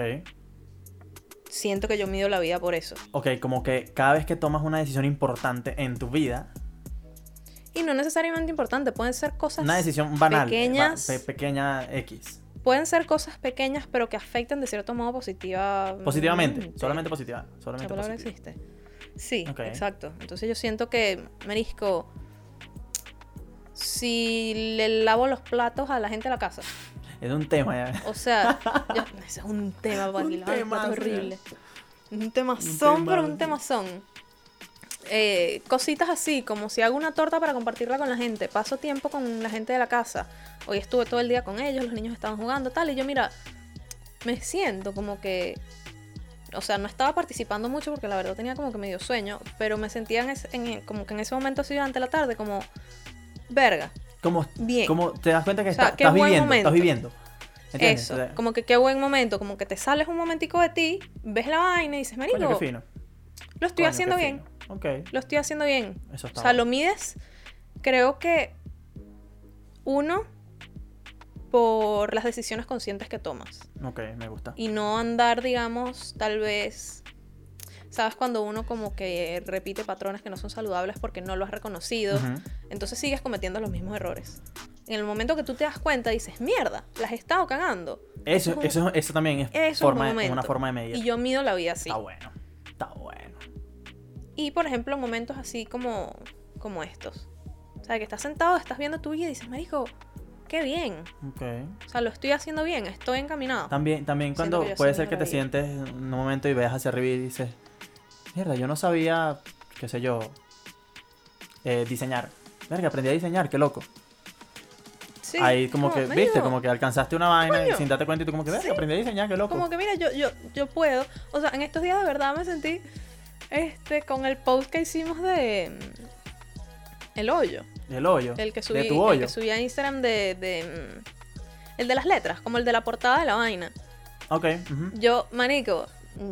siento que yo mido la vida por eso. Ok, como que cada vez que tomas una decisión importante en tu vida, Y no necesariamente importante, pueden ser cosas una decisión banal, eh, ba- pequeñas. pe- pequeña X, pueden ser cosas pequeñas pero que afecten de cierto modo positiva positivamente, solamente positiva, la solamente Mm, palabra positiva. existe. Sí, Ok. exacto. Entonces yo siento que marisco si le lavo los platos a la gente de la casa. Es un tema ya. O sea, yo- ese es un tema para Un aquí, lavar los platos temazo, ya. horrible. Un temazón, pero un temazo. temazón. Eh, cositas así, como si hago una torta para compartirla con la gente. Paso tiempo con la gente de la casa. Hoy estuve todo el día con ellos, los niños estaban jugando, tal. Y yo, mira, me siento como que. O sea, no estaba participando mucho porque la verdad tenía como que medio sueño, pero me sentía en ese- en- como que en ese momento, así durante la tarde, como. Verga, Como, bien. como te das cuenta que O sea, está- qué estás buen viviendo, momento. estás viviendo. ¿Entiendes? Eso, O sea, como que qué buen momento, como que te sales un momentico de ti, ves la vaina y dices, marico, coño, qué fino. lo estoy coño, haciendo qué bien, fino. Ok, lo estoy haciendo bien. eso O está. sea, lo bueno. mides, creo que uno, por las decisiones conscientes que tomas Ok, me gusta. y no andar, digamos, tal vez, sabes, cuando uno como que repite patrones que no son saludables porque no lo has reconocido, Ujú. entonces sigues cometiendo los mismos errores. En el momento que tú te das cuenta, dices, mierda, las he estado cagando. Eso, es un- eso, eso también es, eso es un forma, de- una momento. forma de medir. Y yo mido la vida así. Está Ah, bueno. Está bueno. Y por ejemplo, momentos así como, como estos. O sea, que estás sentado, estás viendo tu vida y dices, marico, qué bien. Ok. O sea, lo estoy haciendo bien, estoy encaminado. También, también Ah. Siento cuando que yo puede soy ser que te maravilla. sientes en un momento y veas hacia arriba y dices, mierda, yo no sabía, qué sé yo, eh, diseñar. Verga, aprendí a diseñar, qué loco. Sí, Ahí como que, "Marico, viste, como que alcanzaste una vaina coño. y sin darte cuenta y tú como que, verga, Sí. aprendí a diseñar, qué loco. Como que mira, yo, yo, yo puedo. O sea, en estos días de verdad me sentí este, con el post que hicimos de mm, El Hoyo. El hoyo. El que subí, de tu hoyo. El que subí a Instagram de, de, mm, El de las letras, como el de la portada de la vaina. Ok. ujú. Yo, manico,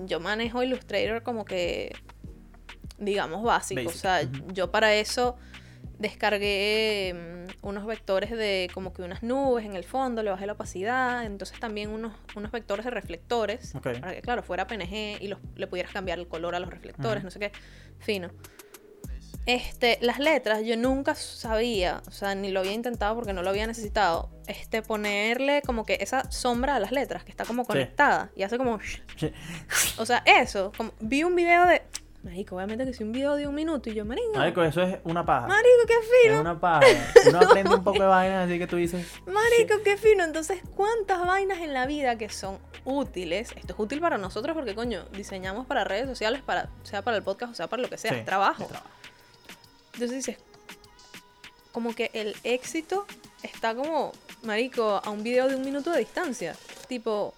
yo manejo Illustrator como que, digamos, básico. Basic, O sea, ujú. yo para eso descargué mm, unos vectores de como que unas nubes en el fondo, le bajé la opacidad, entonces también unos, unos vectores de reflectores, Ok. para que, claro, fuera PNG y los, le pudieras cambiar el color a los reflectores, Ujú. no sé qué, fino. Este, las letras, yo nunca sabía, o sea, ni lo había intentado porque no lo había necesitado, este, ponerle como que esa sombra a las letras, que está como conectada, y hace como... Sí. O sea, eso, como, vi un video de... Marico, obviamente que si un video de un minuto y yo, marico, Marico, eso es una paja. marico, qué es fino, una paja. Uno aprende un poco de vainas así que tú dices, marico, qué fino. Entonces, ¿cuántas vainas en la vida que son útiles? Esto es útil para nosotros porque, coño, diseñamos para redes sociales, para, sea para el podcast o sea para lo que sea, Sí, es trabajo. es trabajo. Entonces dices, como que el éxito está como, marico, a un video de un minuto de distancia. Tipo,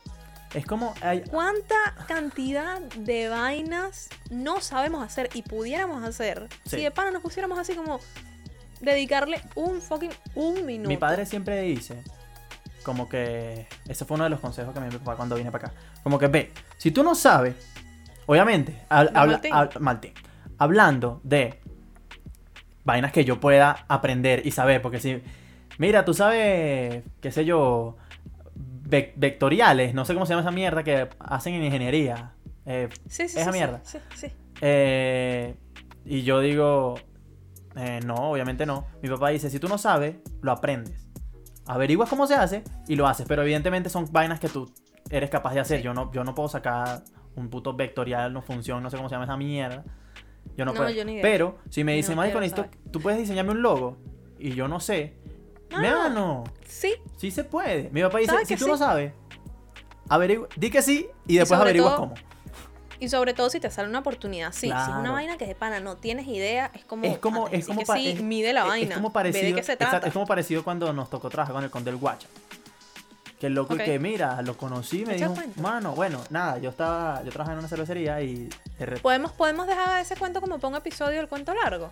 Es como, ay, ¿cuánta cantidad de vainas no sabemos hacer y pudiéramos hacer Sí. si de pana nos pusiéramos así como dedicarle un fucking un minuto? Mi padre siempre dice, como que, ese fue uno de los consejos que me dio mi papá cuando vine para acá, como que ve, si tú no sabes, obviamente, hab- De habla- Maltín. hab- Maltín, hablando de vainas que yo pueda aprender y saber, porque si, mira, tú sabes, qué sé yo, vec- vectoriales, no sé cómo se llama esa mierda que hacen en ingeniería. eh, Sí, sí, Esa sí, mierda. Sí, sí. sí. eh, y yo digo, eh, no, obviamente no. Mi papá dice, si tú no sabes, lo aprendes. Averiguas cómo se hace y lo haces. Pero evidentemente son vainas que tú eres capaz de hacer. Yo no, yo no puedo sacar un puto vectorial, no función, no sé cómo se llama esa mierda. Yo no, No, puedo. yo ni idea. Pero si me No dice, Marico, quiero necesito- tú puedes diseñarme un logo y yo no sé. Ah. Mano, Sí, sí se puede. Mi papá dice, ¿Sabes si que tú sí? no sabes, averigua, di que sí y después sobre averiguas todo, cómo. y sobre todo si te sale una oportunidad, sí. Si es una Claro. vaina que de pana no tienes idea, es como. Es como- "Mate, es sí como que pa- sí, es- mide la Eh, Es- vaina. Es como Ve parecido. de qué se exacto, trata. es como parecido cuando nos tocó trabajar con el conde del Guacha. Que el loco y Ok. que mira, lo conocí, me Echa dijo, cuento. mano, bueno, nada, yo estaba, yo trabajaba en una cervecería y de re- Podemos, podemos dejar ese cuento como para un episodio del cuento largo.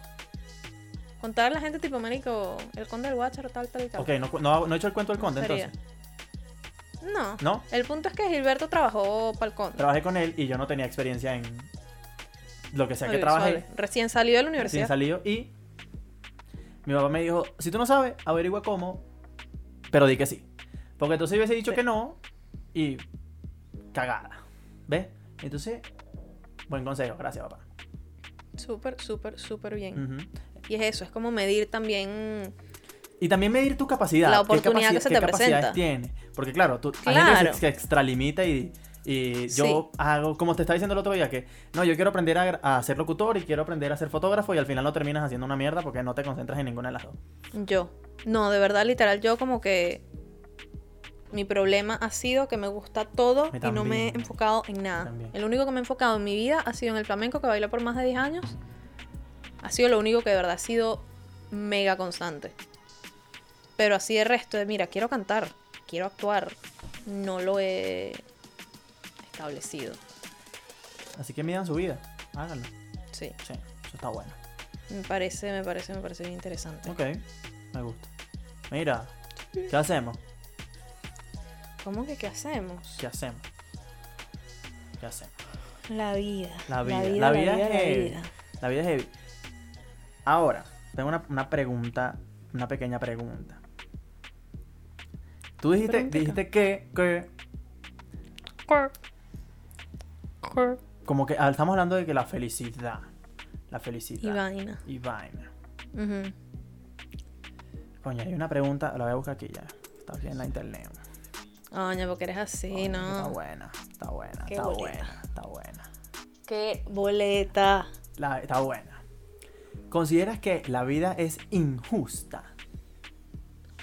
Contar a la gente tipo, marico, el conde del guacharo, tal, tal y tal. Ok, no, cu- no, no he hecho el cuento del conde Sería. entonces. No. ¿No? El punto es que Gilberto trabajó para el conde. Trabajé con él y yo no tenía experiencia en lo que sea que Audiovisuales. trabajé. Recién salió de la Recién universidad. salido y mi papá me dijo, si tú no sabes, averigua cómo, pero di que sí. Porque entonces yo hubiese dicho Sí. que no y cagada. ¿Ves? Entonces, buen consejo, gracias papá. Súper, súper, súper bien. Ujú. Y es eso, es como medir también. Y también medir tu capacidad. La qué oportunidad que capaci- se qué te capacidades presenta. tienes. Porque claro, tú hay Claro. gente que se- que extralimita y, y yo hago, como te estaba diciendo el otro día, que no, yo quiero aprender a, a ser locutor y quiero aprender a ser fotógrafo y al final no terminas haciendo una mierda porque no te concentras en ninguna de las dos. Yo. No, de verdad, literal, yo como que. Mi problema ha sido que me gusta todo Me y no me he también. enfocado en nada. también. El único que me he enfocado en mi vida ha sido en el flamenco, que bailé por más de 10 años. Ha sido lo único que de verdad ha sido mega constante. Pero así el resto de, mira, quiero cantar, quiero actuar, no lo he establecido. Así que midan su vida. Háganlo. Sí, Sí, eso está bueno. me parece, me parece, me parece bien interesante. Ok, me gusta. Mira, ¿qué hacemos? ¿Cómo que qué hacemos? ¿Qué hacemos? ¿Qué hacemos? La vida. La vida, la vida es heavy. vida. La vida es heavy. Ahora, tengo una, una pregunta, una pequeña pregunta. Tú dijiste, Preguntica. dijiste que, que, Cor. Cor. como que ah, estamos hablando de que la felicidad, la felicidad Y vaina. y vaina. Ujú. Coño, hay una pregunta, la voy a buscar aquí ya. Está bien en la internet. Coño, porque eres así, Coño, Está ¿no? buena, está buena, Qué está bonita. buena, está buena. Qué boleta. La- está buena. ¿Consideras que la vida es injusta?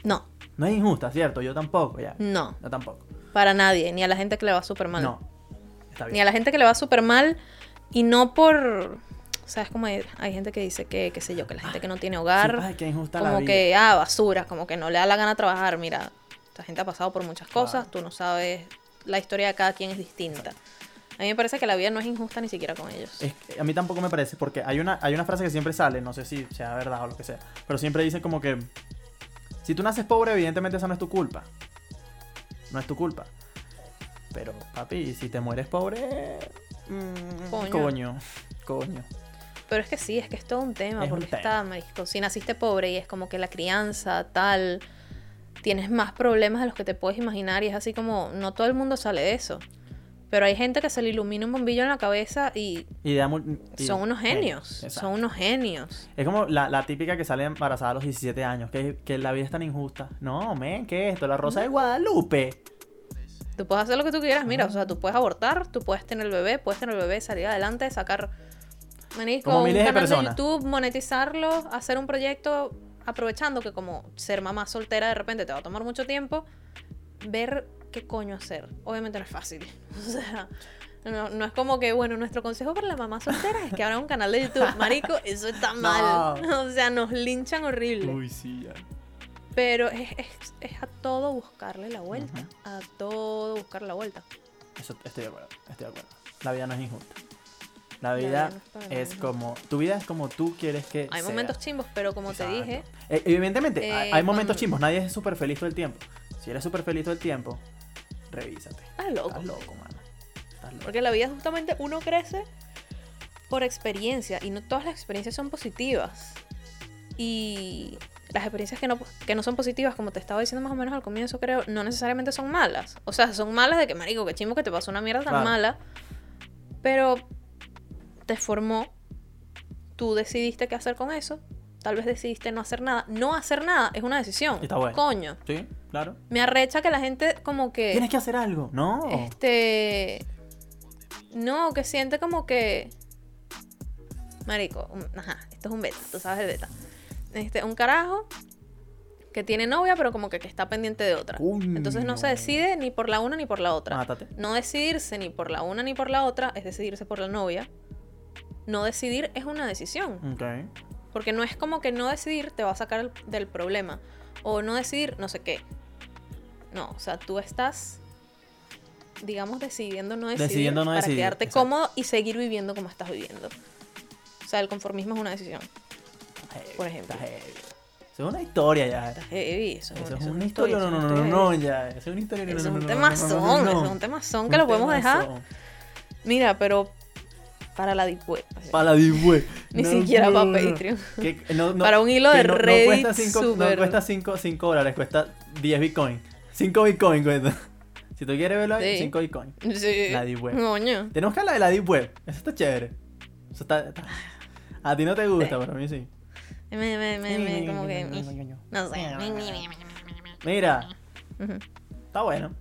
No, No es injusta, ¿cierto? Yo tampoco, ya. no. Yo tampoco. Para nadie, ni a la gente que le va súper Mm. mal. No. Está ni a bien. la gente que le va súper mal y no por... ¿Sabes cómo hay, hay gente que dice que, qué sé yo, que la gente que no tiene Ah, Sí, hogar, ay, qué injusta la como vida. que, ah, basura, como que no le da la gana trabajar, mira, esta gente ha pasado por muchas cosas, Claro. tú no sabes, la historia de cada quien es distinta. A mí me parece que la vida no es injusta ni siquiera con ellos. Es que a mí tampoco me parece, porque hay una, hay una frase que siempre sale, no sé si sea verdad o lo que sea, pero siempre dice como que si tú naces pobre, evidentemente esa no es tu culpa. No es tu culpa. Pero, papi, si te mueres pobre. mm, Coño. coño. Coño. Pero es que sí, es que es todo un tema, Es un porque tema. está, marisco, si naciste pobre y es como que la crianza, tal, tienes más problemas de los que te puedes imaginar y es así como, no todo el mundo sale de eso. Pero hay gente que se le ilumina un bombillo en la cabeza y Y da mul- y- eh, son unos genios, Exacto. son unos genios. Es como la, la típica que sale embarazada a los 17 años, que, que la vida es tan injusta. No, men, ¿qué es esto? La rosa de Guadalupe. Tú puedes hacer lo que tú quieras, mira, o sea, tú puedes abortar, tú puedes tener el bebé, puedes tener el bebé, salir adelante, sacar marisco, Como un miles de canal personas. YouTube, monetizarlo, hacer un proyecto, aprovechando que como ser mamá soltera de repente te va a tomar mucho tiempo, ver qué coño hacer. Obviamente no es fácil, o sea... No, no es como que, bueno, nuestro consejo para la mamá soltera es que abra un canal de YouTube. Marico, eso está mal. No. O sea, nos linchan horrible. sí, ya. Pero es, es- es a todo buscarle la vuelta. Ujú. A todo buscarle la vuelta. Eso, estoy de acuerdo, estoy de acuerdo. La vida no es injusta. La vida vida no es para nada es injusta. como. Tu vida es como tú quieres que. Hay sea. momentos chimbos, pero como te Exacto. dije, Eh, evidentemente, eh, hay, hay momentos cuando- chimbos. Nadie es súper feliz todo el tiempo. Si eres súper feliz todo el tiempo, revísate. estás loco. Estás loco, mano. Estás loco. Porque la vida justamente uno crece por experiencia y no todas las experiencias son positivas. Y las experiencias que no, que no son positivas, como te estaba diciendo más o menos al comienzo, creo, no necesariamente son malas. O sea, son malas de que, marico, que chimbo que te pasó una mierda tan Claro. mala. Pero te formó, tú decidiste qué hacer con eso, tal vez decidiste no hacer nada. No hacer nada es una decisión. Está bueno. Coño. Sí, claro. Me arrecha que la gente como que... Tienes que hacer algo. No. Este. No, que siente como que. Marico, un- ajá, esto es un beta, tú sabes el beta. Este, un carajo que tiene novia, pero como que, que está pendiente de otra. Entonces no se Coño. decide ni por la una ni por la otra. Mátate. No decidirse ni por la una ni por la otra es decidirse por la novia. No decidir es una decisión. Ok. Porque no es como que no decidir te va a sacar el- del problema. O no decidir no sé qué. No, o sea, tú estás, digamos, decidiendo no decidir Decidiendo no para decidir, quedarte exacto. cómodo y seguir viviendo como estás viviendo. O sea, el conformismo es una decisión. Por ejemplo. Está heavy. Eso es una historia ya. ¿eh? Está heavy, eso, Eso eso es es una un- historia. eso No, es no, una no, no, historia. no, ya. Eso es una historia. no, Eso no, es no, un no, no, no, no, temazón, no, eso no. es un temazón Un que lo podemos dejar. temazón. Mira, pero para la deep web, así. Para la Deep Web. Ni No, siquiera para no, no. Patreon. Que- eh, no, no, Para un hilo que de no- no Reddit cuesta cinco- No súper- cuesta 5 dólares, cuesta 10 Bitcoin. 5 Bitcoin cuesta. Si tú quieres verlo, Sí. 5 Bitcoin. Sí. La deep web. Coño. Tenemos que hablar de la Deep Web. Eso está chévere. Eso está, está- A ti no te gusta, Sí. pero a mí sí. Me, me, me, me, como que. Mira, No sé. Ujú. está bueno.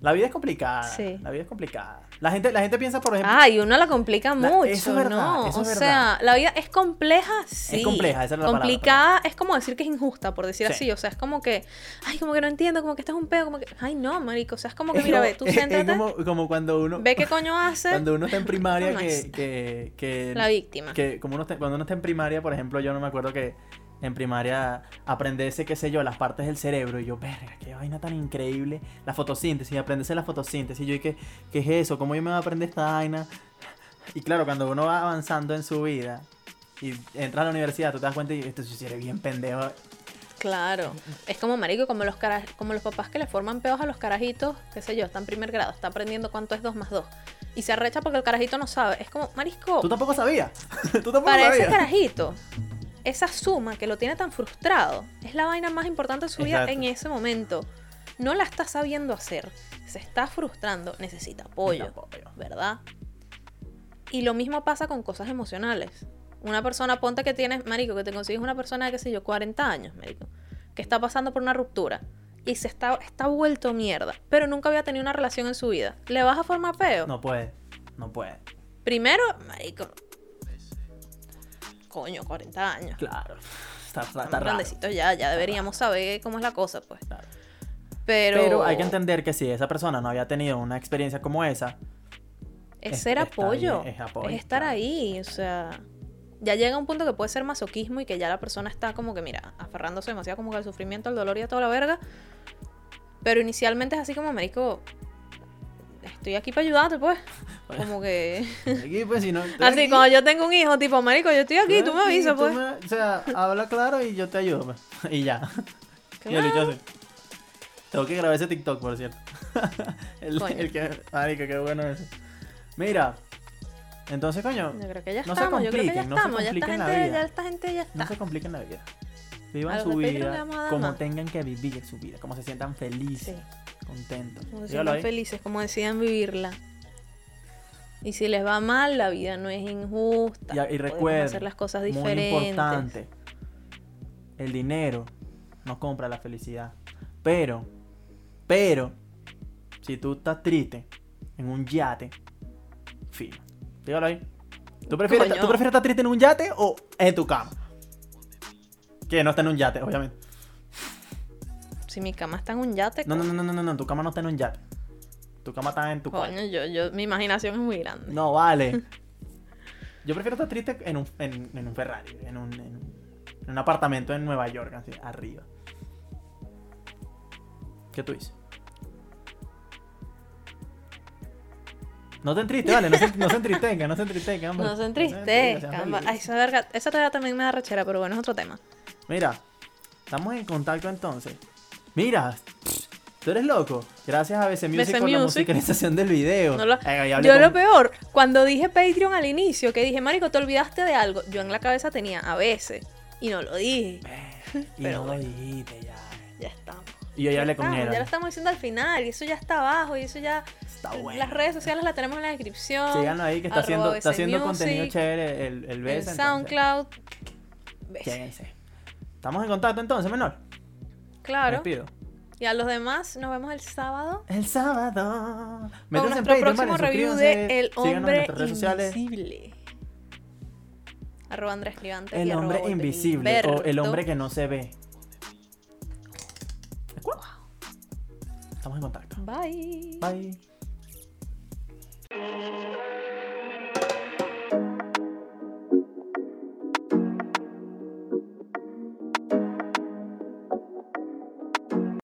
La vida es complicada. Sí. Ah, La vida es complicada. La gente, la gente piensa, por ejemplo, Ay, uno la complica La- mucho, eso es verdad, ¿no? eso o es verdad. sea, la vida es compleja, sí. compleja, esa es la palabra, Complicada es como decir que es injusta, por decir Sí. así. O sea, es como que, ay, como que no entiendo, como que estás un pedo, como que, ay, no, marico. O sea, es como que, es mira, como- ve, tú es- es siéntate, como, como cuando uno, ve qué coño hace cuando uno está en primaria No que, está. que, que la víctima. que como uno está- cuando uno está en primaria, por ejemplo, yo no me acuerdo que en primaria aprenderse, qué sé yo, las partes del cerebro. Y yo, verga, qué vaina tan increíble. La fotosíntesis, aprenderse la fotosíntesis. Y yo, ¿y qué, qué es eso? ¿Cómo yo me voy a aprender esta vaina? Y claro, cuando uno va avanzando en su vida y entras a la universidad, tú te das cuenta y esto si eres bien pendejo. Claro. Es como, marico, como los, cara- como los papás que le forman peos a los carajitos, qué sé yo, está en primer grado, está aprendiendo cuánto es 2 más 2. Y se arrecha porque el carajito no sabe. Es como, marisco, Tú tampoco sabías. tú tampoco Oh. Para ese sabías. carajito, esa suma que lo tiene tan frustrado es la vaina más importante de su vida Exacto. en ese momento. No la está sabiendo hacer, se está frustrando, necesita apoyo, Apoyo. ¿verdad? Y lo mismo pasa con cosas emocionales. Una persona, ponte que tienes, marico, que te consigues una persona de, qué sé yo, 40 años, marico, que está pasando por una ruptura y se está, está vuelto mierda, pero nunca había tenido una relación en su vida, ¿le vas a formar peo? No puede, no puede. Primero, marico. Coño, 40 años. Claro. Está, está- está Estamos raro. grandecitos ya, ya deberíamos saber cómo es la cosa, pues. Claro. Pero, Pero... hay que entender que si esa persona no había tenido una experiencia como esa, es es- ser está apoyo, bien, es es, apoyo, estar claro. ahí, o sea, ya llega un punto que puede ser masoquismo y que ya la persona está como que, mira, aferrándose demasiado como que al sufrimiento, al dolor y a toda la verga, pero inicialmente es así como, marico, estoy aquí para ayudarte, pues, como que... aquí, pues, si no- Así, aquí, cuando yo tengo un hijo, tipo, marico, yo estoy aquí, tú me aquí, avisas, tú pues. me- o sea, habla claro y yo te ayudo. pues. Y ya. Y el bicho así. Tengo que grabar ese TikTok, por cierto. el, Coño. el que. Marico, qué bueno eso. Mira. Entonces, coño, Yo creo que ya No se estamos, yo creo que ya compliquen, no se estamos, ya esta compliquen la gente, vida. ya esta gente ya no está. se compliquen la vida. A Vivan los su de Patreon le vida vamos a dar como más. tengan que vivir su vida, como se sientan Sí. felices, contentos. Como que Dígalo son ahí. felices, como decidan vivirla. Y si les va mal, la vida no es injusta. Y- y podemos recuerden, hacer las cosas Muy diferentes. importante. El dinero no compra la felicidad. Pero, pero, si tú estás triste en un yate, fino. Dígalo ahí. ¿Tú prefieres, Coño. ¿Tú prefieres estar triste en un yate o en tu cama? Que no está en un yate, obviamente. Si mi cama está en un yate, No, no, no, no, no, no, no, tu cama no está en un yate. Tu cama está en tu cuarto. coño, yo, yo, mi imaginación es muy grande. No, vale. Yo prefiero estar triste en un, en, en un Ferrari, en un, en un- en un apartamento en Nueva York, así, arriba. ¿Qué tú dices? No te entriste, vale, no se, no se entristengan, no se entristengan. hombre. No se entristezcan, entristezcan. va- vale. Ay, esa verga, esa tarea también me da rechera, pero bueno, es otro tema. Mira, estamos en contacto entonces. Mira, tú eres loco. Gracias a BC Music BC por la Music. musicalización del video. No lo- Ay, hablé Yo con- lo peor, cuando dije Patreon al inicio, que dije, Marico, te olvidaste de algo, yo en la cabeza tenía a veces y no lo dije. Y pero no lo bueno. dijiste ya. Ya estamos. Y yo ya hablé con estamos, él. Ah, Ya lo estamos diciendo al final y eso ya está abajo y eso ya... Está bueno. Las redes sociales las tenemos en la descripción. Síganlo ahí que está arroba haciendo, está BC haciendo Music, contenido chévere el, el en BS. entonces, SoundCloud. ¿Ves? chéquense. Estamos en contacto entonces, menor. Me Claro. despido. Y a los demás nos vemos el sábado El sábado. con Métanse en nuestro Patreon, próximo vale, review suscríbanse, de El síganos en Hombre nuestras redes sociales. Invisible. Arroba Andrés Clivante y El arroba hombre Volteriberto. invisible o el hombre que no se ve. Estamos en contacto. Bye. Bye.